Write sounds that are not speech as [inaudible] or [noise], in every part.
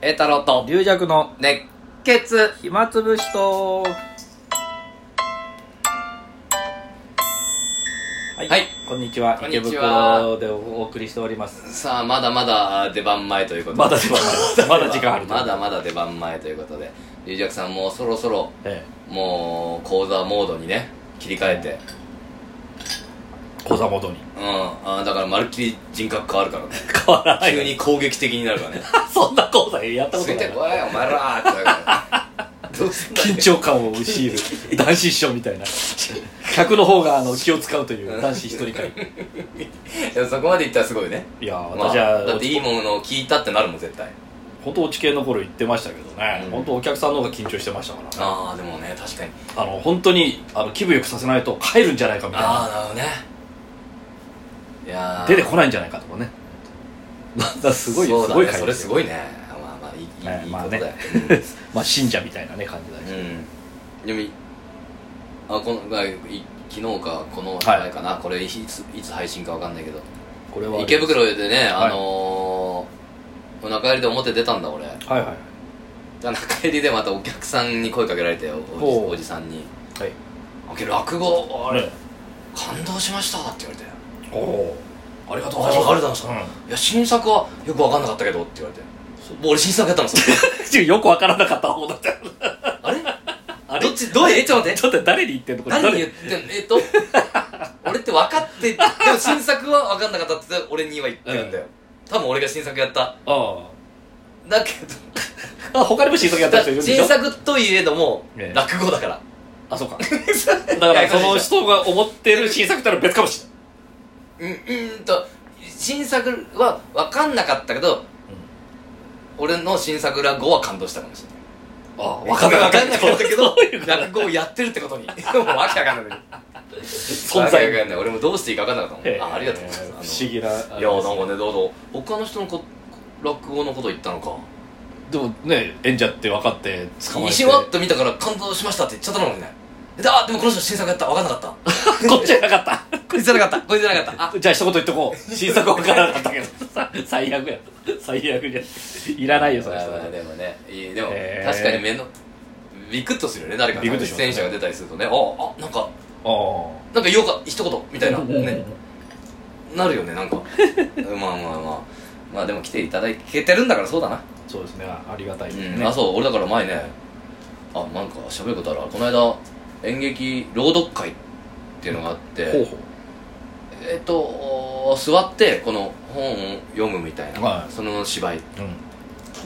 栄太郎と龍弱の熱血暇つぶしとははいこんにちはこん池にちは袋でお送りしておりますさあまだまだ出番前ということでまだ時間あるまだ時間あるまだまだ出番前ということで龍尺さんもうそろそろえもう講座モードにね切り替えてえ小座元にうんあーだからまるっきり人格変わる [laughs] からね変わらな [laughs] い急に攻撃的になる [laughs] からねそんな講座や「ったこつといなていこいお前ら」ってなるからねどうすんだよ緊張感を強いる [laughs] 男子師匠みたいな客の方があの気を使うという男子一人会いやそこまでいったらすごいねいやーまあ私はだっていいものを聞いたってなるもん絶対本当落ち系の頃言ってましたけどね、うん本当お客さんの方が緊張してましたからねああでもね確かにあの本当にあの気分よくさせないと帰るんじゃないかみたいああななるほどねいやー出てこないんじゃないかとかねすごい、そうすだごいね会それですすよごいねまあまあいい,、えいえいまあことねだよ、 [laughs] まあ信者みたいなね感じだし、うんでもいあこのあい昨日かこの前かな、これいついつ配信かわかんないけどこれは池袋でね、はいあのーお腹入りで表出たんだ俺はいはいはい中入りでまたお客さんに声かけられておおほうじおじさんにはい「あけ落語ああれれ感動しました」って言われて「おおありがとうございあまありすがとうござい [laughs] ます」いや新作はよくわかんなかったけど」って言われてそもう俺新作やったん [laughs] ですようんよくわからなかった方だ [laughs] ったあれあどっちどうえちょっと待ってちょっと誰に言ってんのこれ何言っってんのえっと [laughs] 俺って分かってでも新作は分かんなかったって俺には言ってるんだよ、多分俺が新作やったあだけああ他にも新作やっどただ人いる新んでしょ作といえども、ええ落語だからあそうか [laughs] だからその人が思ってる新作ってのは別かもしれないうんうーんと新作は分かんなかったけど、俺の新作落語は感動したかもしれないあ [laughs] あ分かんなかったけどそういうこと落語をやってるって [laughs] ことにもうわけわかんない存わけわか在んない俺もどうしていいか分かんなかったもん、え [laughs] えあありがとうござい不ます思議ないやなんかねどうぞ他の人のこ落語のこと言ったのかでもね演者って分かって捕まえて西ワッと見たから感動しましたって言っちゃったのもねであでもこの人新作やった分かんなかった [laughs] こっちじゃなかっこいつじゃなかったこいつじゃなかったあた [laughs] じゃあ一言言っとこう新作分からなかったけど [laughs] さ最悪や最悪じゃいらないよその人でもねいいでも、えー確かに目のビクッとするよね誰かビクッとします出演者が出たりするとねああなんかあなんかようか一言みたいな、あね、なるよねなんか [laughs] まあまあまあまあでも来ていただけてるんだからそうだな、そうですねありがたいですうん、ねあそう俺だから前ねあなんか喋ることあるわこの間演劇朗読会っていうのがあって候補えっと座ってこの本を読むみたいな、はいその芝居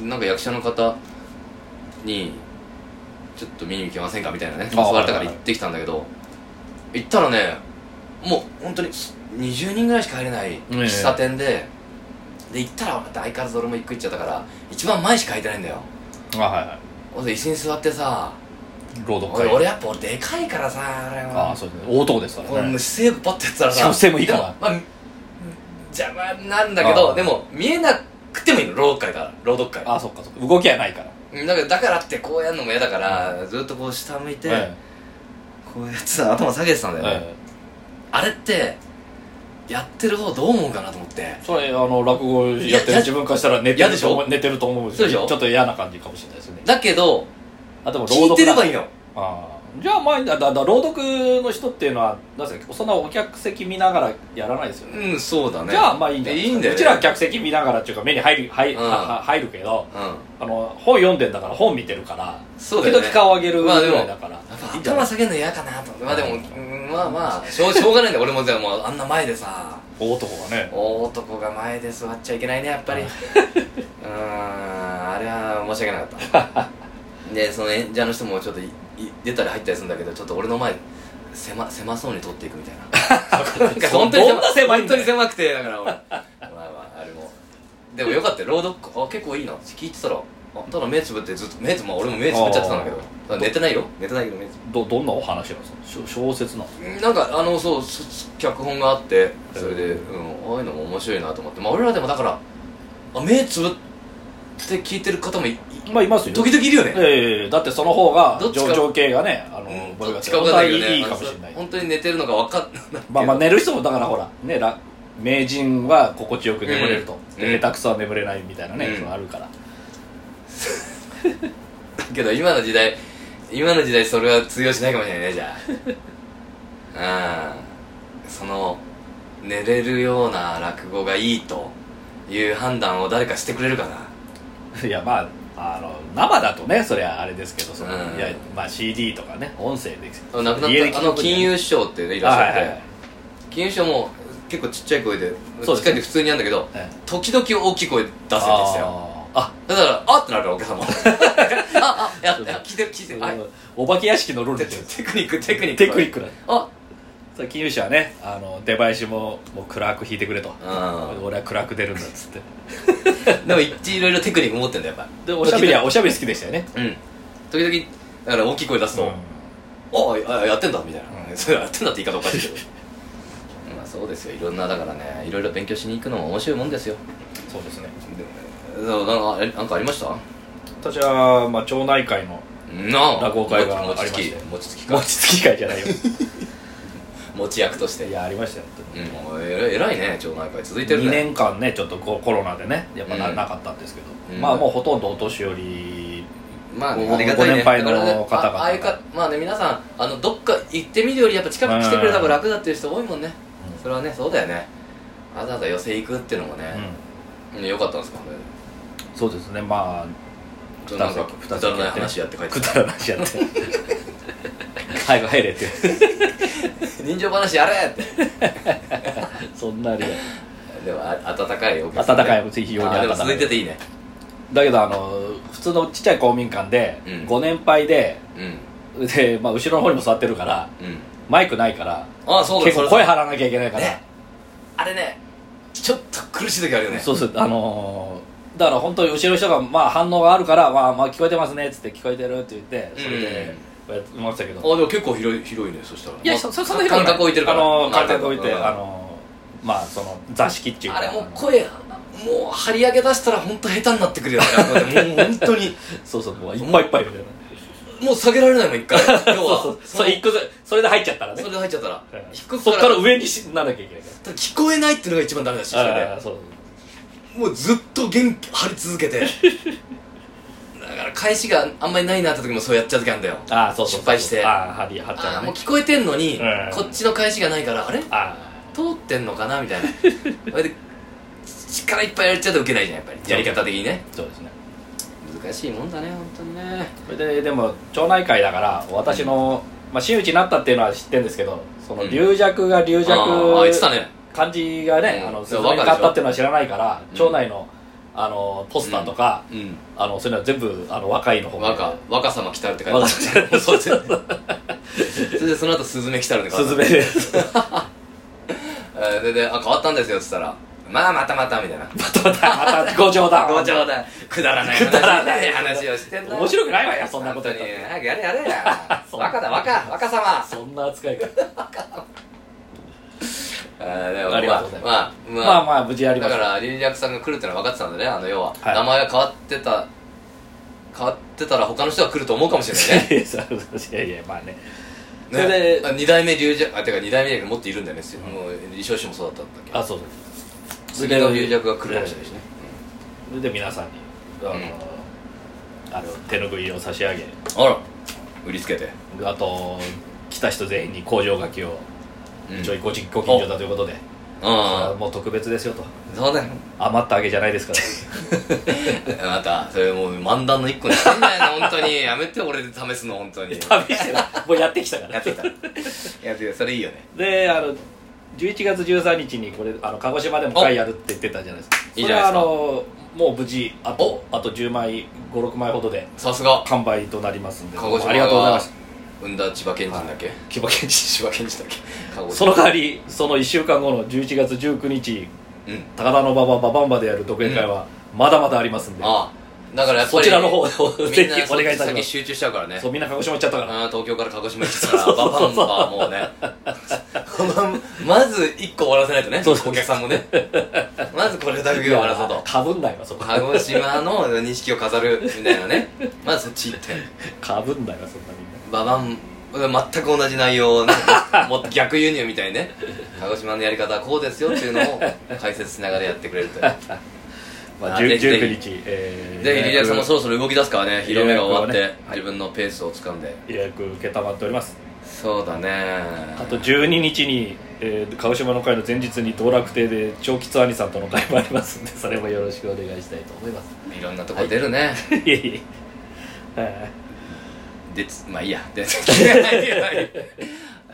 うんなんか役者の方にちょっと見に行けませんかみたいなねあ座れたかはらいはい行はいってきたんだけど行ったらねもう本当に20人ぐらいしか入れない喫茶店で、で行ったらまた相変わらず俺も一個行っちゃったから一番前しか入ってないんだよあはいはほんで椅子に座ってさい朗読俺会俺やっぱ俺でかいからさ俺はああそうですね大男ですかこれらもねう姿勢よくパッとやってたらしかさも背もいいからでまあ、邪魔なんだけあどあでも見えなくてもいいの朗読会だから朗読会ああそっかそっか動きはないからうんだけどだからってこうやるのも嫌だからずっとこう下向いて、えこうやってさ頭下げてたんだえよね、えあれってやってる方どう思うかなと思ってえそれあの落語やっているや自分からしたら寝て嫌でるしと思ょう寝てると思うそうでしょちょっと嫌な感じかもしれないですねだけどあでも朗読聞いてればいいよのああじゃあまあだだだ朗読の人っていうのはなんですかそんなお客席見ながらやらないですよね、うんそうだねじゃあまあいいんだでいいんだよ、うちらは客席見ながらっていうか目に入る入,、うんはは入るけどうんあの本読んでんだから本見てるからそうだよね時々顔上げるぐまあらでもいだから、やっぱいいんじゃな頭い下げるの嫌かなと思ってまあでも、うんまあまあしょうしょうがないんだよ俺もでもあんな前でさ大男がね大男が前で座っちゃいけないねやっぱ [laughs] りうーんあれは申し訳なか [laughs] ったでその演者の人もちょっといい出たり入ったりするんだけどちょっと俺の前狭狭そうに取っていくみたい [laughs] ななんか本当にどんな狭いん本だ当よに狭くてだから俺まあまああれもでもよかったよ朗読あ結構いいなって聞いてたらあただ目つぶってずっと目つぶ、まあ、俺も目つぶっちゃってたんだけどあただ寝てないよ寝てないけど目つぶどどんなお話なんですか小小説なのなんかあのそうそ脚本があってそれで、えうん、ああいうのも面白いなと思ってまあ俺らでもだからあ目つぶって聞いてる方もいいまあいますよ時々いるよね、ええだってその方がどっちか情情景がねあの、うん、僕どがっちか分かんないけどねいいかもしれないあの本当に寝てるのか分かんないけどまあまあ寝る人もだからほらねら名人は心地よく眠れると、うんでうん下手くそは眠れないみたいなね、うんそうあるから [laughs] けど今の時代今の時代それは通用しないかもしれないねじゃ [laughs] あうんその寝れるような落語がいいという判断を誰かしてくれるかないやまああの生だとねそりゃあれですけどその、うんいやまあ CD とかね音声であの亡くな家っで聞くたあの金融師匠ってねいらっしゃって、あはいはいはい金融師匠も結構ちっちゃい声でそうですね近いで普通にやるんだけどええ時々大きい声出せってですよあだからあってなるからお客 [laughs] 様ああやった聞いてる聞いてーるあれお化け屋敷のルールテですテクニックテクニックテクニックだあそう金融者はねあの出囃子ももう暗く弾いてくれと、う俺は暗く出るんだっつってんでもいろいろテクニック持ってんだよやっぱでおしゃべりはおしゃべり好きでしたよねりうん時々だから大きい声出すと、ああやってんだみたいな、うんそれやってんだって言い方おかしいけ [laughs] どまあそうですよいろんなだからねいろいろ勉強しに行くのも面白いもんですよそうですねでもなんかえなんかありました私は、まあ、町内会のなあ落語会がもちありまして餅つき餅つきか餅つき会じゃないよ餅役として [laughs] いやありましたよ本当うにんもうえらい偉いね町内会続いてる2ね年間ねちょっとココロナでねやっぱな,、うんなかったんですけど、うんまあもうほとんどお年寄りまあねごありがたいねご年配のだからね方々あああいうかまあね皆さんあのどっか行ってみるよりやっぱ近く来てくれた方が楽だっていう人多いもんねそれはねそうだよねわざわざ寄せ行くっていうのもうん、ね、うんよかったんですかねそうですねまあちょっとなんか二くつだらない話やって書いて [laughs] くただらなしやって早く入れって [laughs] 人情話やれってそんなあれやでもあ温かいお客さん温ねかい非常にあでも温か続いいてていいねだけどあの普通のちっちゃい公民館で、うんご年配でうんで、まあ、後ろの方にも座ってるからうんマイクないからああそうだ結そ構れ声張らなきゃいけないから、ねあれねちょっと苦しい時あるよね [laughs] そうそうあのーだから本当に後ろの人が、まあ、反応があるから「まあ、まあ聞こえてますね」っつって「聞こえてる」って言ってそれでこうやってましたけど、あでも結構広い広いねそしたらいやそそそんな広感覚置いてるからあのー間隔置いうて、んあのーまあその座敷っていうかあれもう声もう張り上げ出したら本当下手になってくるよねあのもう本当にそうそうもういっぱいいっぱいみたいなもう下げられないもん一回要は [laughs] そうそうそれ一個ずそれで入っちゃったらねそれで入っちゃったらはい低くそっから上にしなんなきゃいけないか聞こえないっていうのが一番ダメだしそれらあであそうもうずっと元気張り続けてだから返しがあんまりないなって時もそうやっちゃう時あるんだよああそうそうそう失敗してああ張り張っちあゃうーもねう聞こえてんのにうんこっちの返しがないからあれあ通ってんのかなみた [laughs] いなそれで力いっぱいやっちゃうと受けないじゃんやっぱりやり方的にねあそうですね難しいもんだね本当にねそれででも町内会だから私の、まあ、真打ちになったっていうのは知ってるんですけどそのうん龍弱が龍弱、あーあ言ってたね漢字がね、うんあのそれ説明にわかるでしょったっていうのは知らないから、うん町内のあのポスターとか、うんあのそういうのは全部あの若いの方が若若様来たるって書いてあ若るそうですね [laughs] それでその後スズメ来たるって書スいてズあるメでえーそれであ変わったんですよっつったらまあまたまたみたいなまたまたまたご冗談ご冗談くだらない話くだらない話をしてんだ面白くないわよそんなこと本言っ当たっに早てくやれやれや [laughs] そう若だ若若様そんな扱いがあーでもありがとうございまあまあまあまあ無事やりまだしかたらリリジャクさんが来るってのは分かってたんだねあの要は、はい名前が変わってた変わってたら他の人が来ると思うかもしれ [laughs] ないねいやそう [laughs] いやいやまあねそねれであ二代目龍尺あてか二代目龍もっといるんだよね、もう李承信もそうだったんだけどあそうそう次の龍尺が来るかもしれないしね、それで皆さんにあの、うんあの手ぬぐいを差し上げあら売りつけて、あと来た人全員に工場書きをうん、一応ご近ご近所だということで、あもう特別ですよとあそうだよ [laughs] 余ったわけじゃないですからまたそれもう漫談の一個にしてんだ [laughs] よな本当にやめて俺で試すの本当に [laughs] 旅してないもうやってきたからやってきたやってきたそれいいよねであの11月13日にこれあの鹿児島でも会やるって言ってたじゃないですかいいじゃないですかそれはあのもう無事あとあと10枚56枚ほどでさすが完売となりますんで鹿児島ありがとうございます産んだ千葉県人だっけ、木場健二千葉県人だっけ鹿児島その代わりその1週間後の11月19日うん高田の馬場ババンバでやる独演会はまだまだありますんで、ああだからやっぱりそちらの方をみぜんなひお願いいそたっちしま先す集中しちゃうからねそうみんな鹿児島行っちゃったからあー東京から鹿児島行ってたらババンバもうねままず一個終わらせないとねそうそおう客さんもねまずこれだけ終わらせとかぶんないわそこ鹿児島の錦を飾るみたいなねまずそっち行ってかぶんないわそんなみんなババン全く同じ内容をねもっと逆輸入みたいにね鹿児島のやり方はこうですよっていうのを解説しながらやってくれるというまあ、あ10ぜひぜひ19日、えーぜひリリアクさんもそ予ろそろ動き出すからね広めが終わって、予約をねはい自分のペースをつかんで約予約受けたまっておりますそうだねあと12日に、えー鹿児島の会の前日に道楽亭で長吉兄さんとの会もありますんでそれもよろしくお願いしたいと思いますいろんなとこ出るね、いえいえはいでつまあいいや [laughs] でいやいやいぜ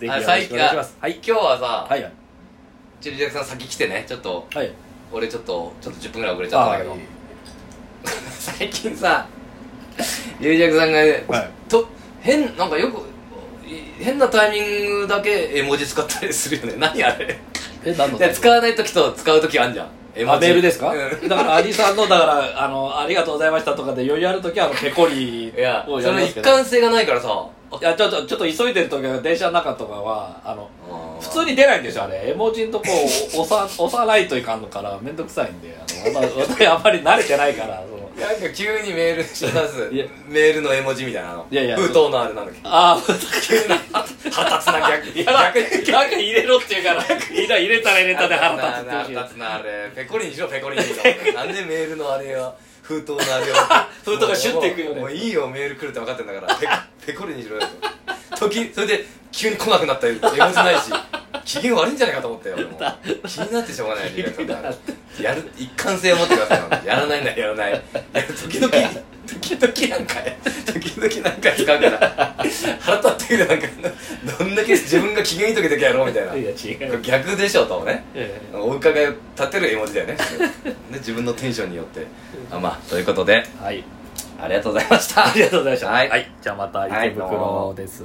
ひやよあろ最しくお近願いしますあ今日はさ、はいはいちょリリアクさん先来てねちょっとはい俺ちょっとちょっと10分ぐらい遅れちゃったんだけど、は最近さリリアクさんが、ねはいと変なんかよくい変なタイミングだけ絵文字使ったりするよね何あれいえ何ので使わない時と使う時あんじゃん絵あメールですか、うんだからアリさんのだからあの「ありがとうございました」とかで余裕ある時はあのペコリいやをそやのります一けど貫性がないからさいやちょっとちょっと急いでる時は電車の中とかはあの普通にに出ないんですよあれ絵文字のとこを押さ押さないといかんのからめんどくさいんであのまあ私あんまり慣れてないからそのなんか急にメールしますいやメールの絵文字みたいなのいやいや封筒のあれなんだっけああ急 [laughs] に腹立つな逆になんか逆になんか入れろって言うからみんな入れたら入れたで腹立つって言うし腹立つなあれペコリにしろペコリに [laughs] しろなんでメールのあれや封筒のあれを封筒がシュッていくよねもうもういいよメール来るって分かってんだからペコペコリにしろよと時それで急に来なくなったよ絵文字ないし機嫌悪いんじゃないかと思ったよ俺も気になってしょうがない [laughs] リアクションあれやる一貫性を持ってくださいやらないならやらないいや時々時々なんか時々なんか使うから腹立ってくるなんかどんだけ自分が機嫌いい時だけやろうみたいないや違う逆でしょと思うねえお伺いを立てる絵文字だよねで自分のテンションによってあまあということでえはいありがとうございましたありがとうございましたはいじゃあまた池袋です、